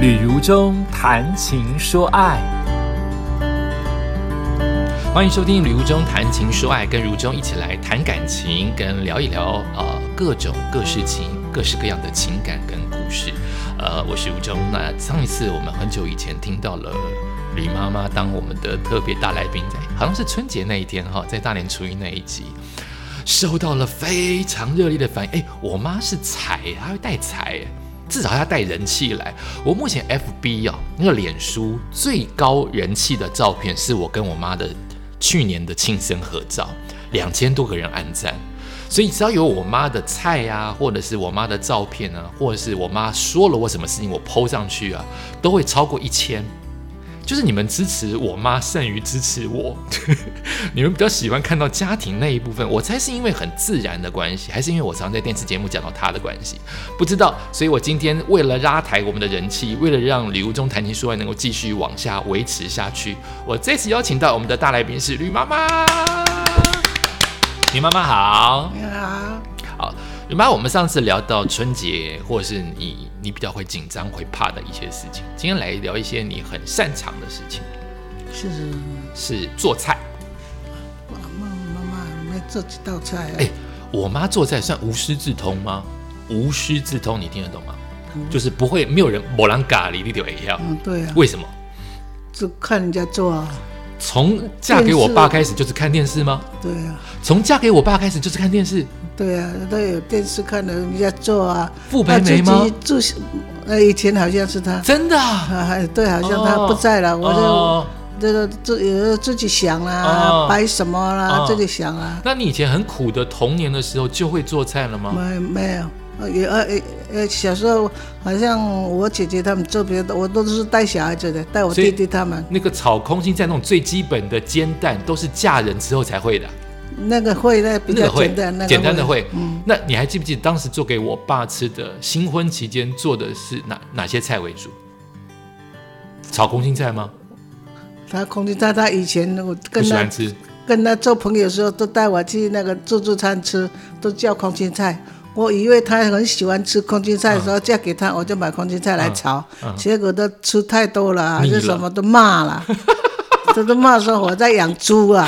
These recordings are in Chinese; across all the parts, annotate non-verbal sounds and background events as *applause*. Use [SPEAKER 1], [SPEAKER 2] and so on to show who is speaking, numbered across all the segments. [SPEAKER 1] 旅如中谈情说爱。
[SPEAKER 2] 欢迎收听《旅如中谈情说爱》，跟如中一起来谈感情，跟聊一聊呃各种各式情、各式各样的情感跟故事。呃，我是如中。那上一次我们很久以前听到了吕妈妈当我们的特别大来宾，在好像是春节那一天哈，在大年初一那一集。收到了非常热烈的反应，哎，我妈是财，她会带财，至少要带人气来。我目前 FB 哦，那个脸书最高人气的照片是我跟我妈的去年的庆生合照，两千多个人按赞。所以只要有我妈的菜啊，或者是我妈的照片啊，或者是我妈说了我什么事情，我 PO 上去啊，都会超过一千。就是你们支持我妈胜于支持我， *laughs* 你们比较喜欢看到家庭那一部分，我猜是因为很自然的关系，还是因为我常在电视节目讲到她的关系，不知道。所以我今天为了拉抬我们的人气，为了让礼物中谈情说爱能够继续往下维持下去，我这次邀请到我们的大来宾是吕妈妈。吕妈妈好，
[SPEAKER 3] 你好，
[SPEAKER 2] 好，吕妈，我们上次聊到春节，或是你你比较会紧张、会怕的一些事情，今天来聊一些你很擅长的事情，
[SPEAKER 3] 是
[SPEAKER 2] 是做菜。
[SPEAKER 3] 我妈妈妈还没做几道菜、啊，
[SPEAKER 2] 哎、我妈做菜算无师自通吗？无师自通，你听得懂吗？就是不会，没有人某人咖喱，你就也要。
[SPEAKER 3] 嗯，对啊，
[SPEAKER 2] 为什么？
[SPEAKER 3] 就看人家做啊，
[SPEAKER 2] 从嫁给我爸开始就是看电视吗？
[SPEAKER 3] 对啊，
[SPEAKER 2] 从嫁给我爸开始就是看电视？
[SPEAKER 3] 对啊，都有电视看的，人家做啊，
[SPEAKER 2] 傅培梅吗
[SPEAKER 3] 他自己？做，呃，以前好像是他，
[SPEAKER 2] 真的啊？
[SPEAKER 3] 啊，对，好像他
[SPEAKER 2] 哦
[SPEAKER 3] 不在了，我就。
[SPEAKER 2] 哦
[SPEAKER 3] 这个自有时候自己想啦、
[SPEAKER 2] 哦
[SPEAKER 3] 摆什么啦、
[SPEAKER 2] 哦
[SPEAKER 3] 自己想啊啦、
[SPEAKER 2] 那你以前很苦的童年的时候就会做菜了吗？
[SPEAKER 3] 没没有，呃也呃也呃小时候好像我姐姐他们做别的，我都是带小孩子的，带我
[SPEAKER 2] 所以
[SPEAKER 3] 弟弟他们，
[SPEAKER 2] 那个炒空心菜那种最基本的煎蛋，都是嫁人之后才会的啊、
[SPEAKER 3] 那个会那比
[SPEAKER 2] 那
[SPEAKER 3] 较
[SPEAKER 2] 个会
[SPEAKER 3] 简单，那个嗯
[SPEAKER 2] 简单的会。那你还记不记得当时做给我爸吃的新婚期间做的是哪哪些菜为主？炒空心菜吗？
[SPEAKER 3] 他空气炸他以前我
[SPEAKER 2] 不
[SPEAKER 3] 跟
[SPEAKER 2] 喜
[SPEAKER 3] 他
[SPEAKER 2] 欢吃。
[SPEAKER 3] 跟他做朋友的时候，都带我去那个自助餐吃，都叫空心菜。我以为他很喜欢吃空心
[SPEAKER 2] 啊
[SPEAKER 3] 菜的时候，嫁给他我就买空心菜来炒，结果他吃太多了，还
[SPEAKER 2] 腻了
[SPEAKER 3] 是什么都
[SPEAKER 2] *laughs*
[SPEAKER 3] 骂了，他都骂说我在养猪啊。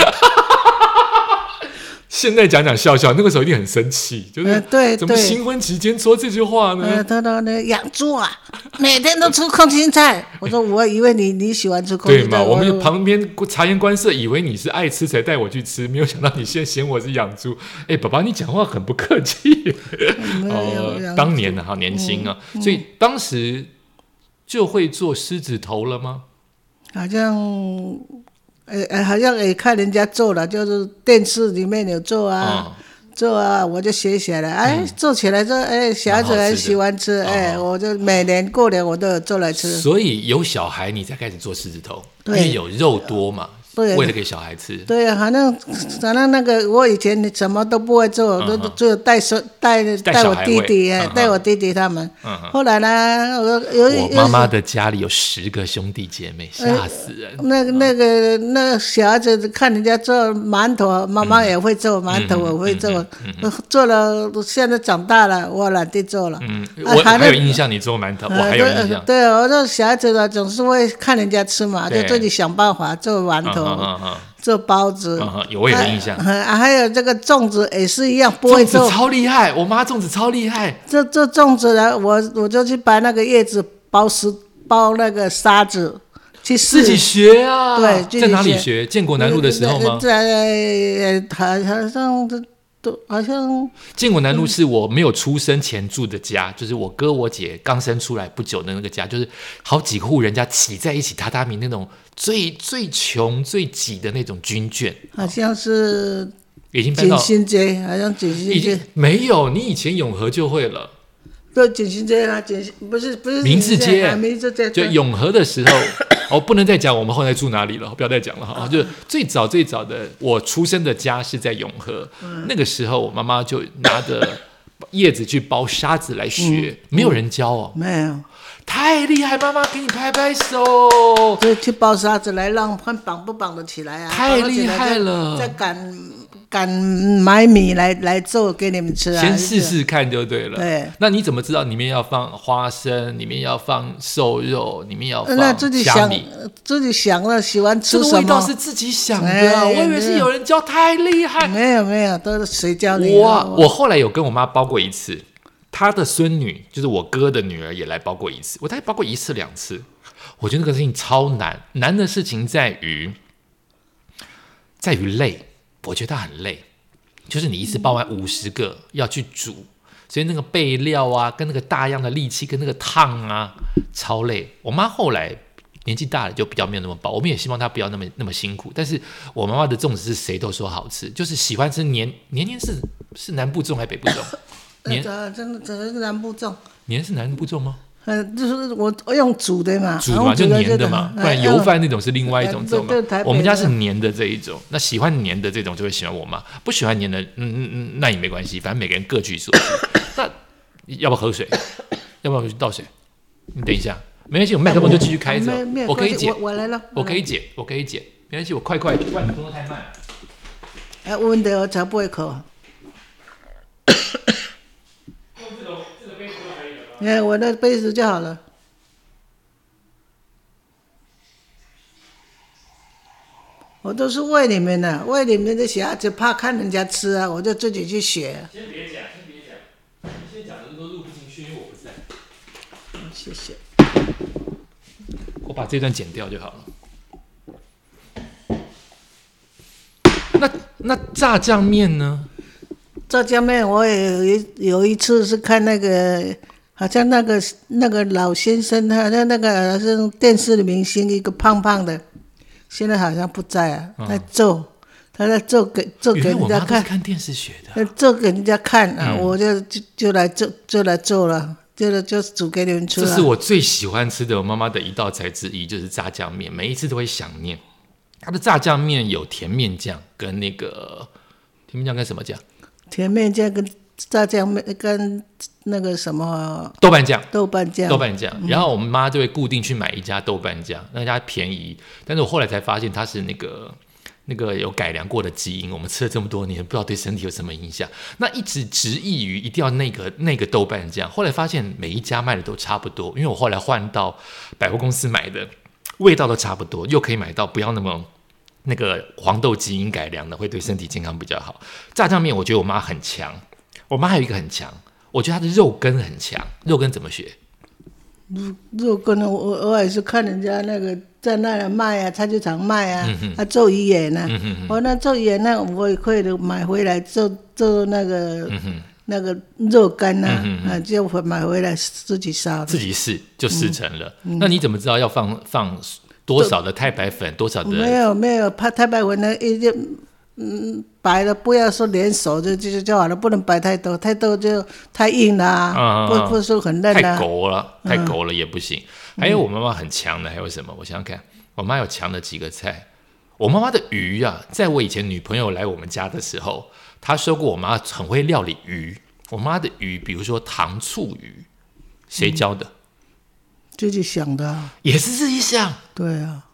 [SPEAKER 2] 现在讲讲笑笑，那个时候一定很生气，就是、
[SPEAKER 3] 呃对
[SPEAKER 2] 怎么
[SPEAKER 3] 对
[SPEAKER 2] 新婚期间说这句话呢？
[SPEAKER 3] 呃，他说那养猪啊，每天都吃空心菜。我说我以为你你喜欢吃空
[SPEAKER 2] 对
[SPEAKER 3] 心
[SPEAKER 2] 嘛？
[SPEAKER 3] 菜，
[SPEAKER 2] 我们就
[SPEAKER 3] 说
[SPEAKER 2] 旁边察言观色，以为你是爱吃才带我去吃，没有想到你现在嫌我是养猪。哎，爸爸，你讲话很不客气。
[SPEAKER 3] 没有嗯养
[SPEAKER 2] 哦，当年呢，哈，年轻啊，所以当时就会做狮子头了吗？
[SPEAKER 3] 好像，呃、呃，好像也看人家做了，就是电视里面有做啊，
[SPEAKER 2] 哦
[SPEAKER 3] 做啊，我就学起来，哎，做起来之后，哎，小孩子
[SPEAKER 2] 嗯蛮好吃的
[SPEAKER 3] 很
[SPEAKER 2] 哦
[SPEAKER 3] 喜欢吃，哎，我就每年过年我都有做来吃。
[SPEAKER 2] 所以有小孩你才开始做狮子头，因
[SPEAKER 3] 对
[SPEAKER 2] 为有肉多嘛，
[SPEAKER 3] 对
[SPEAKER 2] 为了给小孩吃。
[SPEAKER 3] 对啊，反正反正那个我以前什么都不会做，都只有带手带
[SPEAKER 2] 嗯带
[SPEAKER 3] 带
[SPEAKER 2] 小
[SPEAKER 3] 我
[SPEAKER 2] 孩
[SPEAKER 3] 弟弟，
[SPEAKER 2] 喂嗯
[SPEAKER 3] 哎
[SPEAKER 2] 嗯
[SPEAKER 3] 带我弟弟他们。
[SPEAKER 2] 嗯嗯
[SPEAKER 3] 后来呢，我有
[SPEAKER 2] 我
[SPEAKER 3] 有哎
[SPEAKER 2] 妈妈的家里有十个兄弟姐妹，吓死人！
[SPEAKER 3] 那个那个那个小孩子看人家做馒头，妈妈也会做馒
[SPEAKER 2] 嗯
[SPEAKER 3] 头，我会做，做了现在长大了，我懒得做了。
[SPEAKER 2] 嗯，我
[SPEAKER 3] 啊
[SPEAKER 2] 我
[SPEAKER 3] 还
[SPEAKER 2] 还有
[SPEAKER 3] 在
[SPEAKER 2] 印象，你做馒头，我
[SPEAKER 3] 呃
[SPEAKER 2] 还有印
[SPEAKER 3] 对
[SPEAKER 2] 象。
[SPEAKER 3] 对，我说小孩子呢，总是会看人家吃嘛，就
[SPEAKER 2] 对
[SPEAKER 3] 自己想办法做馒
[SPEAKER 2] 嗯
[SPEAKER 3] 头、
[SPEAKER 2] 嗯嗯
[SPEAKER 3] 做包子
[SPEAKER 2] 嗯，嗯，有我有印象。
[SPEAKER 3] 啊还有这个粽子也是一样，不
[SPEAKER 2] 粽
[SPEAKER 3] 会
[SPEAKER 2] 子
[SPEAKER 3] 做。
[SPEAKER 2] 超厉害，我妈粽子超厉害。
[SPEAKER 3] 这这粽子呢，我我就去把那个叶子包石包那个沙子去
[SPEAKER 2] 自
[SPEAKER 3] 试
[SPEAKER 2] 己学啊！
[SPEAKER 3] 对自己
[SPEAKER 2] 在哪里
[SPEAKER 3] 学
[SPEAKER 2] 学？建国南路的时候吗？
[SPEAKER 3] 在好好像都都好像
[SPEAKER 2] 建国
[SPEAKER 3] 嗯
[SPEAKER 2] 南路是我没有出生前住的家，就是我哥我姐刚生出来不久的那个家，就是好几户人家挤在一起榻榻米那种最最穷最挤的那种军眷，
[SPEAKER 3] 好像是
[SPEAKER 2] 已经搬
[SPEAKER 3] 锦
[SPEAKER 2] 到
[SPEAKER 3] 新街，好像锦
[SPEAKER 2] 已
[SPEAKER 3] 新
[SPEAKER 2] 经
[SPEAKER 3] 街，
[SPEAKER 2] 没有。你以前永和就会了，
[SPEAKER 3] 对锦新街啊，锦新不是不是
[SPEAKER 2] 明治街
[SPEAKER 3] 啊明治街
[SPEAKER 2] 就
[SPEAKER 3] 对
[SPEAKER 2] 永和的时候，哦，不能再讲我们后来住哪里
[SPEAKER 3] 啊
[SPEAKER 2] 了，不要再讲了哈。就是最早最早的我出生的家是在永和，
[SPEAKER 3] 嗯
[SPEAKER 2] 那个时候我妈妈就拿着叶子去包沙子来
[SPEAKER 3] 嗯
[SPEAKER 2] 学，没有人教哦，
[SPEAKER 3] 没有，
[SPEAKER 2] 太厉害！妈妈给你拍拍手。
[SPEAKER 3] 就去包沙子来让看绑不绑得起来啊，
[SPEAKER 2] 太厉害了
[SPEAKER 3] 绑得起来再再擀敢买米来来做给你们吃啊？
[SPEAKER 2] 先试试看就对了。
[SPEAKER 3] 对，
[SPEAKER 2] 那你怎么知道里面要放花生，里面要放瘦肉，里面要
[SPEAKER 3] 呃
[SPEAKER 2] 放
[SPEAKER 3] 那自己
[SPEAKER 2] 虾
[SPEAKER 3] 想
[SPEAKER 2] 米？，
[SPEAKER 3] 自己想了，喜欢
[SPEAKER 2] 这
[SPEAKER 3] 吃
[SPEAKER 2] 个
[SPEAKER 3] 什
[SPEAKER 2] 味道
[SPEAKER 3] 么？
[SPEAKER 2] 是自己想的啊，
[SPEAKER 3] 哎
[SPEAKER 2] 我以为是有人教，太厉害。
[SPEAKER 3] 没有没有，都是谁教你的？
[SPEAKER 2] 我我后来有跟我妈包过一次，她的孙女就是我哥的女儿也来包过一次，我大概包过一次两次。我觉得那个事情超难，难的事情在于在于累，我觉得很累，就是你一次包完五十个要去煮，所以那个备料啊，跟那个大量的力气，跟那个烫啊，超累。我妈后来。年纪大了就比较没有那么包，我们也希望她不要那么那么辛苦。但是我妈妈的粽子是谁都说好吃，就是喜欢吃年年年是是南部粽还是北部粽？
[SPEAKER 3] 那
[SPEAKER 2] 年
[SPEAKER 3] 个真的真的是南部粽，
[SPEAKER 2] 年是南部粽吗？
[SPEAKER 3] 呃，就是我我用煮的嘛，
[SPEAKER 2] 煮
[SPEAKER 3] 然
[SPEAKER 2] 嘛
[SPEAKER 3] 后
[SPEAKER 2] 就
[SPEAKER 3] 的
[SPEAKER 2] 黏的嘛，
[SPEAKER 3] 哎
[SPEAKER 2] 不然油饭那种是另外一种
[SPEAKER 3] 对
[SPEAKER 2] 粽
[SPEAKER 3] 对
[SPEAKER 2] 嘛
[SPEAKER 3] 台。北
[SPEAKER 2] 我们家
[SPEAKER 3] 的
[SPEAKER 2] 是黏的这一种，那喜欢黏的这种就会喜欢我妈，不喜欢黏的，嗯嗯嗯，那也没关系，反正每个人各取
[SPEAKER 3] *coughs*
[SPEAKER 2] 所需。那要不要喝水？要不要我去倒水？你等一下，没关系，我麦克风就继续开着
[SPEAKER 3] 没没，有
[SPEAKER 2] 我可
[SPEAKER 3] 关
[SPEAKER 2] 以
[SPEAKER 3] 系
[SPEAKER 2] 解
[SPEAKER 3] 我，我来了，嗯
[SPEAKER 2] 我可
[SPEAKER 3] 以。
[SPEAKER 2] 以解，我可以解，没关系，我快快，不然你动作太慢了。
[SPEAKER 3] 哎，温的我才不
[SPEAKER 2] *coughs*
[SPEAKER 3] 会渴。哎，我的杯子就好了。我都是为你们的，为你们的小孩子怕看人家吃啊，我就自己去学。
[SPEAKER 2] 先别讲，先别讲，先讲的都录不进去，因为我不在。
[SPEAKER 3] 嗯谢谢。
[SPEAKER 2] 我把这段剪掉就好了。那那炸酱面呢？
[SPEAKER 3] 炸酱面，我也有一有一次是看那个，好像那个那个老先生，好像那个是电视的明星，一个胖胖的，现在好像不在啊，在做，他在做给做给
[SPEAKER 2] 原来我
[SPEAKER 3] 人
[SPEAKER 2] 妈都
[SPEAKER 3] 家
[SPEAKER 2] 是
[SPEAKER 3] 看，
[SPEAKER 2] 看电视学的。
[SPEAKER 3] 呃做给人家看啊，我就就就来做就来做了，就就煮给你们吃
[SPEAKER 2] 这
[SPEAKER 3] 了。
[SPEAKER 2] 是我最喜欢吃的我妈妈的一道菜之一，就是炸酱面，每一次都会想念。她的炸酱面有甜面酱跟那个甜面酱跟什么酱？
[SPEAKER 3] 甜面酱跟炸酱面跟那个什么
[SPEAKER 2] 豆瓣酱。
[SPEAKER 3] 豆瓣酱，
[SPEAKER 2] 豆瓣酱，然后我们妈就会固定去买一家豆瓣酱，那家便宜。但是我后来才发现它是那个那个有改良过的基因，我们吃了这么多年，不知道对身体有什么影响。那一直执意于一定要那个那个豆瓣酱，后来发现每一家卖的都差不多，因为我后来换到百货公司买的，味道都差不多，又可以买到不要那么。那个黄豆基因改良的会对身体健康比较好。炸酱面，我觉得我妈很强，我妈还有一个很强，我觉得她的肉根很强。肉根怎么学？
[SPEAKER 3] 肉羹呢，我我偶尔是看人家那个在那里卖啊，菜市场卖啊，
[SPEAKER 2] 嗯
[SPEAKER 3] 他做鱼眼呢，我那做鱼眼呢，我也会的买回来做做那个
[SPEAKER 2] 嗯
[SPEAKER 3] 那个肉干呐，啊，就会买回来自己烧的
[SPEAKER 2] 自。己试就试成了。
[SPEAKER 3] 嗯
[SPEAKER 2] 那你怎么知道要放放多少的太白粉，多少
[SPEAKER 3] 没
[SPEAKER 2] 的？
[SPEAKER 3] 有没有，怕太白粉呢，一定嗯白了，不要说连熟就就就好了，不能白太多，太多就太硬了啊，
[SPEAKER 2] 啊啊啊
[SPEAKER 3] 不不是很嫩
[SPEAKER 2] 太
[SPEAKER 3] 啊。
[SPEAKER 2] 狗了，太狗了也不行。
[SPEAKER 3] 嗯
[SPEAKER 2] 还有我妈妈很强的，还有什么？我想想看，我妈有强的几个菜。我妈妈的鱼啊，在我以前女朋友来我们家的时候，她说过我妈很会料理鱼。我妈的鱼，比如说糖醋鱼，谁
[SPEAKER 3] 嗯
[SPEAKER 2] 教的？
[SPEAKER 3] 自己想的啊，
[SPEAKER 2] 也是自己想。
[SPEAKER 3] 对啊，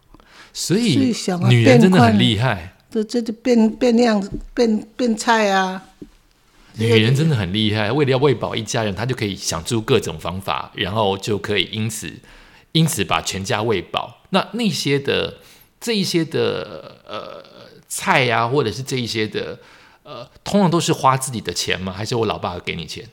[SPEAKER 2] 所
[SPEAKER 3] 自
[SPEAKER 2] 以
[SPEAKER 3] 己想啊
[SPEAKER 2] 女人真的很
[SPEAKER 3] 变快
[SPEAKER 2] 厉害，
[SPEAKER 3] 这这就变变样子，变变菜啊。
[SPEAKER 2] 女人真的很厉害，为了要喂饱一家人，她就可以想出各种方法，然后就可以因此因此把全家喂饱。那那些的这一些的呃菜呀、或者是这一些的呃，通常都是花自己的钱吗？还是我老爸给你钱？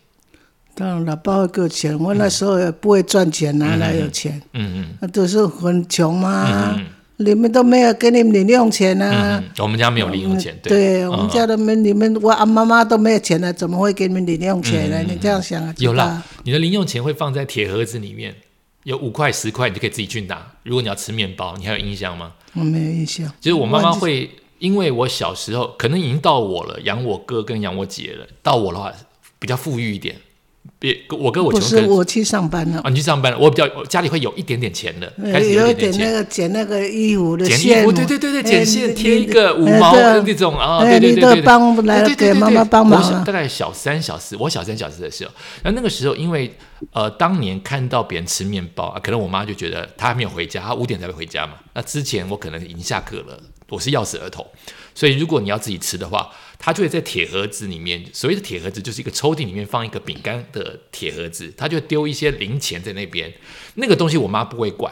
[SPEAKER 3] 当然了，爸会给我钱，我那时候也不会赚钱，哪来有钱？
[SPEAKER 2] 嗯
[SPEAKER 3] 那都是很穷嘛
[SPEAKER 2] 嗯，
[SPEAKER 3] 你们都没有给你们零用钱
[SPEAKER 2] 嗯
[SPEAKER 3] 啊。
[SPEAKER 2] 嗯，我们家没有零用钱，对
[SPEAKER 3] 对，
[SPEAKER 2] 嗯
[SPEAKER 3] 我们家的没你们，我阿妈妈都没有钱了，怎么会给你们零用钱呢？你这样想啊？
[SPEAKER 2] 嗯有啦
[SPEAKER 3] 啦，，
[SPEAKER 2] 你的零用钱会放在铁盒子里面，有五块十块，你就可以自己去拿。如果你要吃面包，你还有印象吗？
[SPEAKER 3] 我没有印象。
[SPEAKER 2] 就是我妈妈会，因为我小时候可能已经到我了，养我哥跟养我姐了，到我的话比较富裕一点。别，我跟我
[SPEAKER 3] 不
[SPEAKER 2] 穷
[SPEAKER 3] 是
[SPEAKER 2] 可能
[SPEAKER 3] 我去上班了，
[SPEAKER 2] 啊，你去上班了，我比较我家里会有一点点钱的，开始
[SPEAKER 3] 有
[SPEAKER 2] 有
[SPEAKER 3] 一
[SPEAKER 2] 一点
[SPEAKER 3] 点
[SPEAKER 2] 钱。
[SPEAKER 3] 那个剪那个衣服的
[SPEAKER 2] 剪
[SPEAKER 3] 线
[SPEAKER 2] 衣服，
[SPEAKER 3] 嘛，
[SPEAKER 2] 对对对对，
[SPEAKER 3] 哎
[SPEAKER 2] 剪线
[SPEAKER 3] 你
[SPEAKER 2] 贴一个
[SPEAKER 3] 你
[SPEAKER 2] 五毛
[SPEAKER 3] 哎对
[SPEAKER 2] 这种啊，
[SPEAKER 3] 哎
[SPEAKER 2] 对对
[SPEAKER 3] 你
[SPEAKER 2] 对
[SPEAKER 3] 都
[SPEAKER 2] 对，
[SPEAKER 3] 帮来
[SPEAKER 2] 对对
[SPEAKER 3] 给
[SPEAKER 2] 对
[SPEAKER 3] 妈
[SPEAKER 2] 对
[SPEAKER 3] 妈帮忙
[SPEAKER 2] 我小
[SPEAKER 3] 啊
[SPEAKER 2] 大。概小三小四，我小三小四的时候，然后那个时候因为呃，当年看到别人吃面包啊，可能我妈就觉得她还没有回家，她五点才会回家嘛。那之前我可能已经下课了，我是钥匙儿童，所以如果你要自己吃的话，它就会在铁盒子里面，所谓的铁盒子就是一个抽屉里面放一个饼干的铁盒子，它就丢一些零钱在那边。那个东西我妈不会管，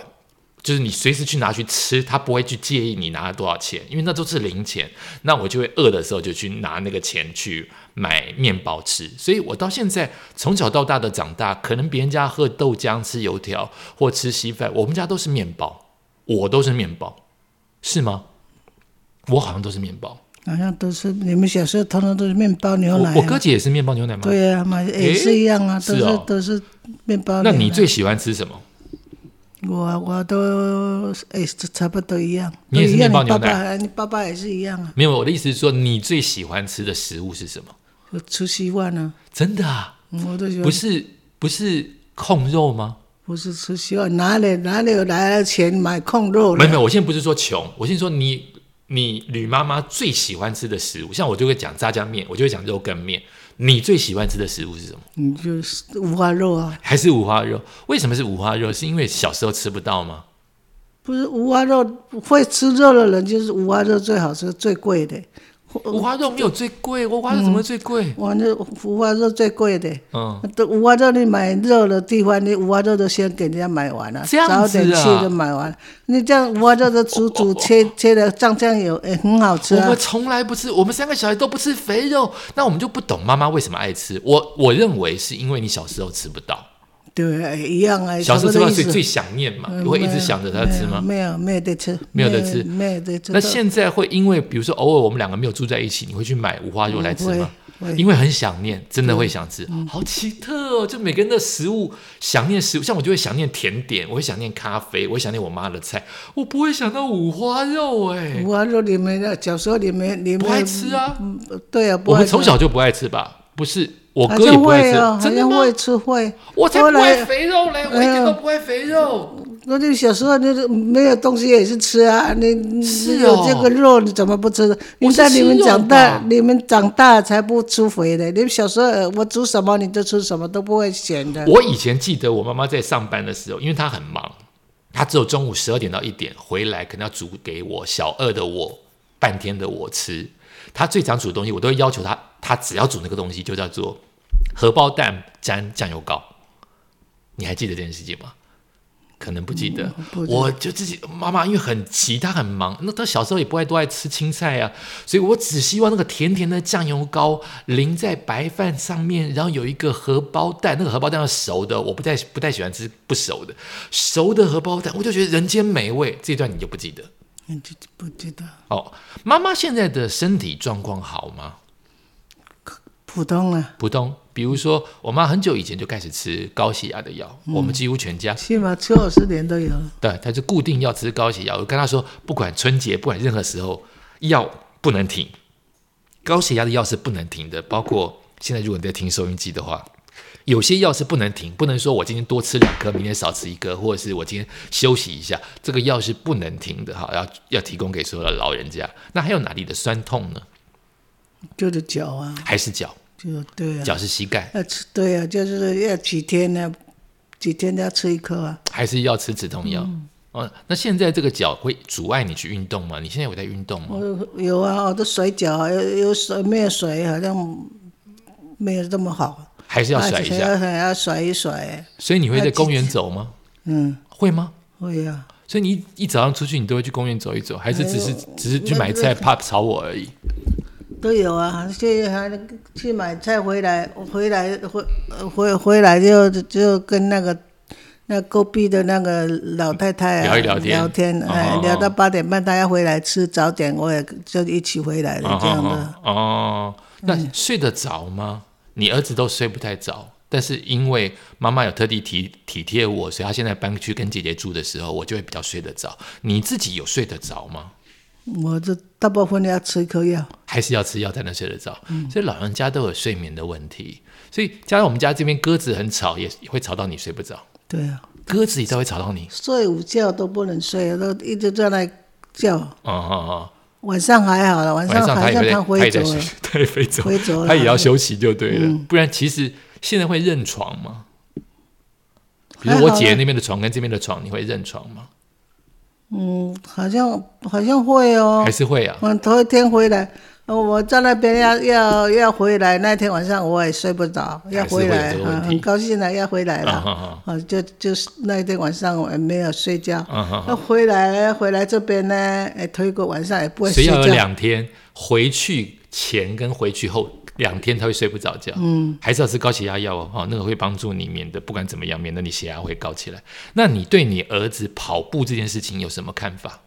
[SPEAKER 2] 就是你随时去拿去吃，她不会去介意你拿了多少钱，因为那都是零钱。那我就会饿的时候就去拿那个钱去买面包吃。所以我到现在从小到大的长大，可能别人家喝豆浆、吃油条或吃稀饭，我们家都是面包，我都是面包，是吗？我好像都是面包。
[SPEAKER 3] 好像都是你们小时候通常都是面包牛奶、啊
[SPEAKER 2] 我我哥姐也是面包牛奶吗？
[SPEAKER 3] 对呀、啊，嘛也是一样啊，
[SPEAKER 2] 诶
[SPEAKER 3] 都是
[SPEAKER 2] 是哦
[SPEAKER 3] 都是面包牛
[SPEAKER 2] 那
[SPEAKER 3] 奶。
[SPEAKER 2] 你最喜欢吃什么？
[SPEAKER 3] 我我都哎差不多一样，
[SPEAKER 2] 你也是
[SPEAKER 3] 都一样
[SPEAKER 2] 面包
[SPEAKER 3] 你爸
[SPEAKER 2] 牛奶
[SPEAKER 3] 爸你爸爸也是一样啊，
[SPEAKER 2] 没有，我的意思是说，你最喜欢吃的食物是什么？
[SPEAKER 3] 就吃稀饭啊，
[SPEAKER 2] 真的啊，
[SPEAKER 3] 嗯我都喜欢。
[SPEAKER 2] 不是不是控肉吗？
[SPEAKER 3] 不是吃稀饭，哪里哪里有来的钱买控肉
[SPEAKER 2] 没有
[SPEAKER 3] 了？
[SPEAKER 2] 没有，我现在不是说穷，我现在说你你吕妈妈最喜欢吃的食物，像我就会讲炸酱面，我就会讲肉羹面。你最喜欢吃的食物是什么？
[SPEAKER 3] 你就是五花肉啊，
[SPEAKER 2] 还是五花肉？为什么是五花肉？是因为小时候吃不到吗？
[SPEAKER 3] 不是五花肉会吃肉的人就是五花肉最好吃最贵的，
[SPEAKER 2] 五花肉没有最贵，五花肉怎么会最贵？
[SPEAKER 3] 我那五花肉最贵的。
[SPEAKER 2] 嗯，
[SPEAKER 3] 都五花肉，你买肉的地方，你五花肉都先给人家买完了，
[SPEAKER 2] 这样子啊
[SPEAKER 3] 早点去就买完了。你这样五花肉的煮煮切切的蘸酱油，也、很好吃
[SPEAKER 2] 我
[SPEAKER 3] 啊
[SPEAKER 2] 们。从来不吃，我们三个小孩都不吃肥肉，那我们就不懂妈妈为什么爱吃。我我认为是因为你小时候吃不到，
[SPEAKER 3] 对，哎一样啊，
[SPEAKER 2] 小时候吃不
[SPEAKER 3] 差
[SPEAKER 2] 到，
[SPEAKER 3] 不
[SPEAKER 2] 所
[SPEAKER 3] 多
[SPEAKER 2] 以最
[SPEAKER 3] 意思。
[SPEAKER 2] 想念嘛，
[SPEAKER 3] 嗯
[SPEAKER 2] 你会一直想着他吃吗？
[SPEAKER 3] 没有，没有得吃，
[SPEAKER 2] 没有得吃
[SPEAKER 3] 没有得吃。
[SPEAKER 2] 那现在会因为比如说偶尔我们两个没有住在一起，你会去买五花肉来吃吗？
[SPEAKER 3] 嗯不会嗯不会
[SPEAKER 2] 因为很想念，真的会想吃，好奇特哦！就每个人的食物，想念食物，像我就会想念甜点，我会想念咖啡，我会想念我妈的菜，我不会想到五花肉哎、
[SPEAKER 3] 五花肉啊里面的，小时候里面里面
[SPEAKER 2] 不爱吃啊！
[SPEAKER 3] 嗯，对啊，不
[SPEAKER 2] 我
[SPEAKER 3] 爱
[SPEAKER 2] 们
[SPEAKER 3] 吃
[SPEAKER 2] 从小就不爱吃吧？不是，我
[SPEAKER 3] 好
[SPEAKER 2] 哥也
[SPEAKER 3] 像
[SPEAKER 2] 不爱
[SPEAKER 3] 会
[SPEAKER 2] 吃，
[SPEAKER 3] 哦，好
[SPEAKER 2] 真的
[SPEAKER 3] 像
[SPEAKER 2] 吗？
[SPEAKER 3] 会吃会。
[SPEAKER 2] 我才
[SPEAKER 3] 后
[SPEAKER 2] 不爱
[SPEAKER 3] 来，
[SPEAKER 2] 肥肉嘞，我一点都不爱肥肉。
[SPEAKER 3] 我就小时候就是没有东西也是吃啊，你你
[SPEAKER 2] 是
[SPEAKER 3] 你
[SPEAKER 2] 哦
[SPEAKER 3] 有这个肉你怎么不吃呢？
[SPEAKER 2] 我
[SPEAKER 3] 你
[SPEAKER 2] 是
[SPEAKER 3] 在你们
[SPEAKER 2] 吃肉
[SPEAKER 3] 长大
[SPEAKER 2] 吧，
[SPEAKER 3] 你们长大才不吃肥的。你们小时候呃我煮什么你就吃什么，都不会咸的。
[SPEAKER 2] 我以前记得我妈妈在上班的时候，因为她很忙，她只有中午十二点到一点回来，可能要煮给我小二的我半天的我吃。她最常煮的东西，我都会要求她，她只要煮那个东西就叫做荷包蛋沾酱油膏。你还记得这件事情吗？可能不记得，
[SPEAKER 3] 嗯不记得
[SPEAKER 2] 我就自己妈妈因为很急，她很忙，那她小时候也不爱多爱吃青菜啊，所以我只希望那个甜甜的酱油膏淋在白饭上面，然后有一个荷包蛋，那个荷包蛋要熟的，我不太不太喜欢吃不熟的，熟的荷包蛋我就觉得人间美味。这段你就不记得
[SPEAKER 3] 你就不知道，
[SPEAKER 2] 哦。妈妈现在的身体状况好吗？
[SPEAKER 3] 普通啊，
[SPEAKER 2] 不动，比如说我妈很久以前就开始吃高血压的药，
[SPEAKER 3] 嗯
[SPEAKER 2] 我们几乎全家
[SPEAKER 3] 起码吃二十年都有。
[SPEAKER 2] 对，他就固定要吃高血压。我跟他说，不管春节，不管任何时候，药不能停。高血压的药是不能停的，包括现在如果你在听收音机的话，有些药是不能停，不能说我今天多吃两颗，明天少吃一颗，或者是我今天休息一下，这个药是不能停的哈，要要提供给所有的老人家。那还有哪里的酸痛呢？
[SPEAKER 3] 就是脚啊，
[SPEAKER 2] 还是脚，
[SPEAKER 3] 就对啊，
[SPEAKER 2] 脚是膝盖，
[SPEAKER 3] 要吃对啊，就是要几天呢、几天都要吃一颗啊。
[SPEAKER 2] 还是要吃止痛药？哦，那现在这个脚会阻碍你去运动吗？你现在有在运动吗？
[SPEAKER 3] 我有啊，我的水饺有有水没有水好像没有这么好，啊
[SPEAKER 2] 还是要甩一
[SPEAKER 3] 还
[SPEAKER 2] 下？
[SPEAKER 3] 要还要甩一甩，啊
[SPEAKER 2] 所以你会在公园走吗？
[SPEAKER 3] 嗯，
[SPEAKER 2] 会吗？
[SPEAKER 3] 会啊。
[SPEAKER 2] 所以你一一早上出去，你都会去公园走一走，还是只是
[SPEAKER 3] 没有
[SPEAKER 2] 只是去买菜怕吵我而已？
[SPEAKER 3] 都有啊，去还去买菜回来，回来回呃回回来就就跟那个那隔壁的那个老太太、啊、
[SPEAKER 2] 聊一聊天
[SPEAKER 3] 聊天，哎、
[SPEAKER 2] 哦哦哦
[SPEAKER 3] 聊到八点半，她要回来吃早点，我也就一起回来了，这样的。嗯
[SPEAKER 2] 哦哦哦，那睡得着吗？你儿子都睡不太着，但是因为妈妈有特地体体贴我，所以他现在搬去跟姐姐住的时候，我就会比较睡得着。你自己有睡得着吗？
[SPEAKER 3] 我这大部分要吃一颗药，
[SPEAKER 2] 还是要吃药才能睡得着，
[SPEAKER 3] 嗯
[SPEAKER 2] 所以老人家都有睡眠的问题。所以加上我们家这边鸽子很吵，也也会吵到你睡不着，
[SPEAKER 3] 对啊，
[SPEAKER 2] 鸽子也才会吵到你。
[SPEAKER 3] 睡午觉都不能睡，都一直在那叫。
[SPEAKER 2] 哦哦哦，
[SPEAKER 3] 晚上还好了，晚
[SPEAKER 2] 晚
[SPEAKER 3] 上
[SPEAKER 2] 上他
[SPEAKER 3] 好
[SPEAKER 2] 也
[SPEAKER 3] 像
[SPEAKER 2] 会在，
[SPEAKER 3] 她
[SPEAKER 2] 他也在睡
[SPEAKER 3] 回走了，，
[SPEAKER 2] 他也飞走，
[SPEAKER 3] 回走了嗯
[SPEAKER 2] 他也要休息就对了，不然其实现在会认床吗？比如
[SPEAKER 3] 还
[SPEAKER 2] 我
[SPEAKER 3] 好啊
[SPEAKER 2] 姐
[SPEAKER 3] 啦
[SPEAKER 2] 那边的床跟这边的床，你会认床吗？
[SPEAKER 3] 嗯，好像好像会哦
[SPEAKER 2] 还。是会啊？
[SPEAKER 3] 我头一天回来，呃我在那边要要要回来，那天晚上我也睡不着，要回来，
[SPEAKER 2] 还是会有这个问
[SPEAKER 3] 啊
[SPEAKER 2] 题
[SPEAKER 3] 很高兴的要回来了。
[SPEAKER 2] 啊啊
[SPEAKER 3] 啊，就就是那一天晚上我也没有睡觉。
[SPEAKER 2] 啊啊！
[SPEAKER 3] 那回来呢，回来这边呢，哎，头一个晚上也不会
[SPEAKER 2] 所
[SPEAKER 3] 睡
[SPEAKER 2] 以要有
[SPEAKER 3] 觉。
[SPEAKER 2] 两天，回去前跟回去后两天他会睡不着觉，嗯，还是要吃高血压药哦，哦那个会帮助你免得不管怎么样，免得你血压会高起来。那你对你儿子跑步这件事情有什么看法？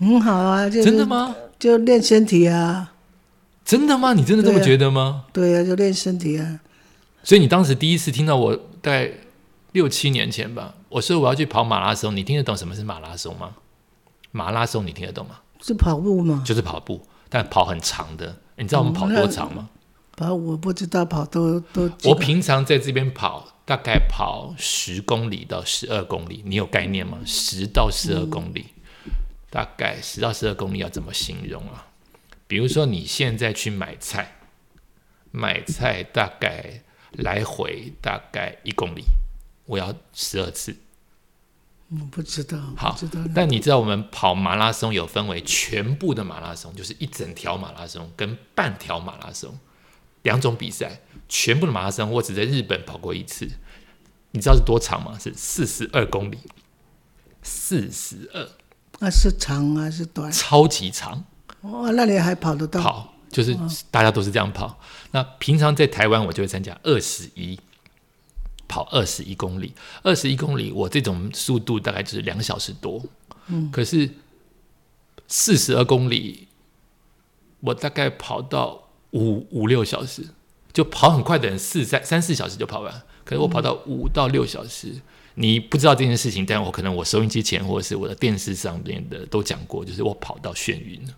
[SPEAKER 3] 很好啊，就是
[SPEAKER 2] 真的？吗？
[SPEAKER 3] 就练身体啊，
[SPEAKER 2] 真的吗？你真的这么
[SPEAKER 3] 对啊
[SPEAKER 2] 觉得吗？
[SPEAKER 3] 对啊，就练身体啊。
[SPEAKER 2] 所以你当时第一次听到我大概六七年前吧，我说我要去跑马拉松，你听得懂什么是马拉松吗？马拉松你听得懂吗？
[SPEAKER 3] 是跑步嘛？
[SPEAKER 2] 就是跑步，但跑很长的。你知道我们跑
[SPEAKER 3] 嗯
[SPEAKER 2] 多
[SPEAKER 3] 那
[SPEAKER 2] 长吗？
[SPEAKER 3] 跑我不知道跑多多几
[SPEAKER 2] 我
[SPEAKER 3] 个
[SPEAKER 2] 平常在这边跑，大概跑十公里到十二公里，你有概念吗？十到十二公里，大概十到十二公里要怎么形容啊？比如说你现在去买菜，买菜大概来回大概一公里，我要十二次。
[SPEAKER 3] 嗯不知道，
[SPEAKER 2] 好
[SPEAKER 3] 不知道。
[SPEAKER 2] 但你知道我们跑马拉松有分为全部的马拉松，就是一整条马拉松跟半条马拉松两种比赛。全部的马拉松我只在日本跑过一次，你知道是多长吗？是四十二公里，四十二，
[SPEAKER 3] 那是长啊是短？
[SPEAKER 2] 超级长。
[SPEAKER 3] 哇，那你还跑得到？
[SPEAKER 2] 跑，就是大家都是这样跑。那平常在台湾，我就会参加二十一，跑二十一公里，二十一公里，我这种速度大概就是两小时多。嗯，可是四十二公里，我大概跑到五五六小时，就跑很快的人四三三四小时就跑完，可是我跑到五到六小时。你不知道这件事情，但我可能我收音机前或者是我的电视上面的都讲过，就是我跑到眩晕了。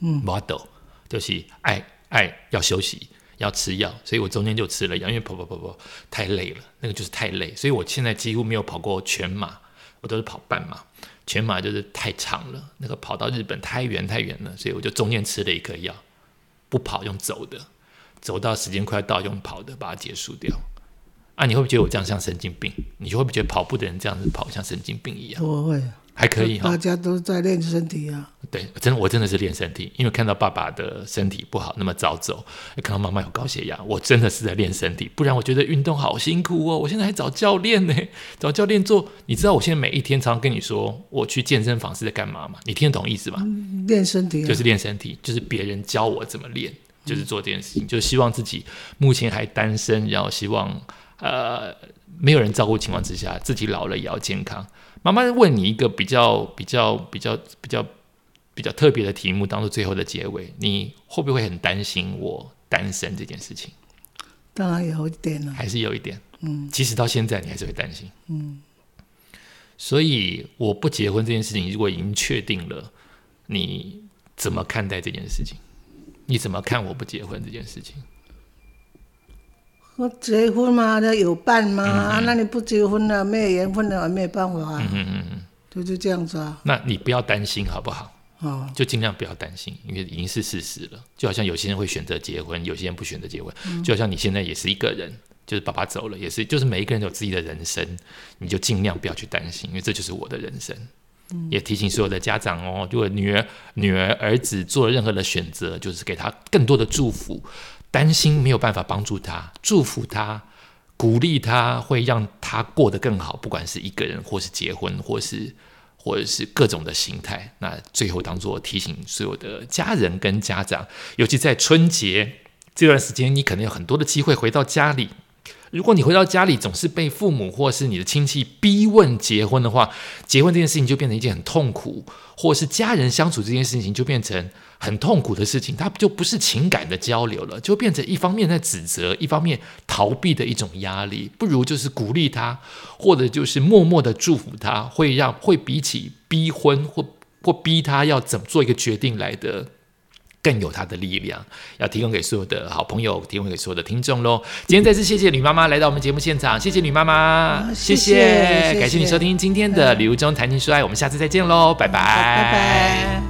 [SPEAKER 2] model，就是爱爱要休息，要吃药，所以我中间就吃了药，因为跑跑跑跑太累了，那个就是太累，所以我现在几乎没有跑过全马，我都是跑半马，全马就是太长了，那个跑到日本太远太远了，所以我就中间吃了一颗药，不跑用走的，走到时间快到用跑的把它结束掉。啊，你会不会觉得我这样像神经病？你会不会觉得跑步的人这样子跑像神经病一样？
[SPEAKER 3] 我会，
[SPEAKER 2] 还可以哈、
[SPEAKER 3] 大家都在练身体啊。
[SPEAKER 2] 对，真的我真的是练身体，因为看到爸爸的身体不好那么早走，看到妈妈有高血压，我真的是在练身体。不然我觉得运动好辛苦哦，我现在还找教练呢，找教练做。你知道我现在每一天常常跟你说，我去健身房是在干嘛吗？你听得懂意思吗？
[SPEAKER 3] 练身体、
[SPEAKER 2] 嗯
[SPEAKER 3] 啊、
[SPEAKER 2] 就是练身体，就是别人教我怎么练，就是做这件事情，就是希望自己目前还单身，然后希望呃没有人照顾情况之下，自己老了也要健康。妈妈问你一个比较比较比较比较比较特别的题目，当做最后的结尾，你会不会很担心我单身这件事情？
[SPEAKER 3] 当然有一点啊了、
[SPEAKER 2] 还是有一点，嗯，即使到现在你还是会担心，嗯。所以我不结婚这件事情，如果已经确定了，你怎么看待这件事情？你怎么看我不结婚这件事情？
[SPEAKER 3] 我结婚嘛，那有伴嘛，
[SPEAKER 2] 嗯
[SPEAKER 3] 啊那你不结婚了、没有缘分了，没有办法啊，
[SPEAKER 2] 嗯嗯嗯，
[SPEAKER 3] 就是这样子啊。
[SPEAKER 2] 那你不要担心好不好？
[SPEAKER 3] 哦，
[SPEAKER 2] 就尽量不要担心，因为已经是事实了。就好像有些人会选择结婚，有些人不选择结婚。就好像你现在也是一个人，就是爸爸走了，也是，就是每一个人有自己的人生，你就尽量不要去担心，因为这就是我的人生。也提醒所有的家长哦，如果女儿、女儿、儿子做了任何的选择，就是给他更多的祝福。担心没有办法帮助他，祝福他，鼓励他，会让他过得更好，不管是一个人，或是结婚，或是或者是各种的形态。那最后当做提醒所有的家人跟家长，尤其在春节这段时间，你可能有很多的机会回到家里。如果你回到家里总是被父母或是你的亲戚逼问结婚的话，结婚这件事情就变成一件很痛苦，或是家人相处这件事情就变成很痛苦的事情，它就不是情感的交流了，就变成一方面在指责，一方面逃避的一种压力。不如就是鼓励他，或者就是默默的祝福他，会让会比起逼婚或或逼他要怎么做一个决定来的更有它的力量，要提供给所有的好朋友，提供给所有的听众喽。今天再次谢谢吕妈妈来到我们节目现场，谢谢吕妈妈，
[SPEAKER 3] 谢
[SPEAKER 2] 谢
[SPEAKER 3] 谢谢谢
[SPEAKER 2] 感谢你收听今天的《旅途中谈情说爱》，我们下次再见喽，拜拜
[SPEAKER 3] 拜拜。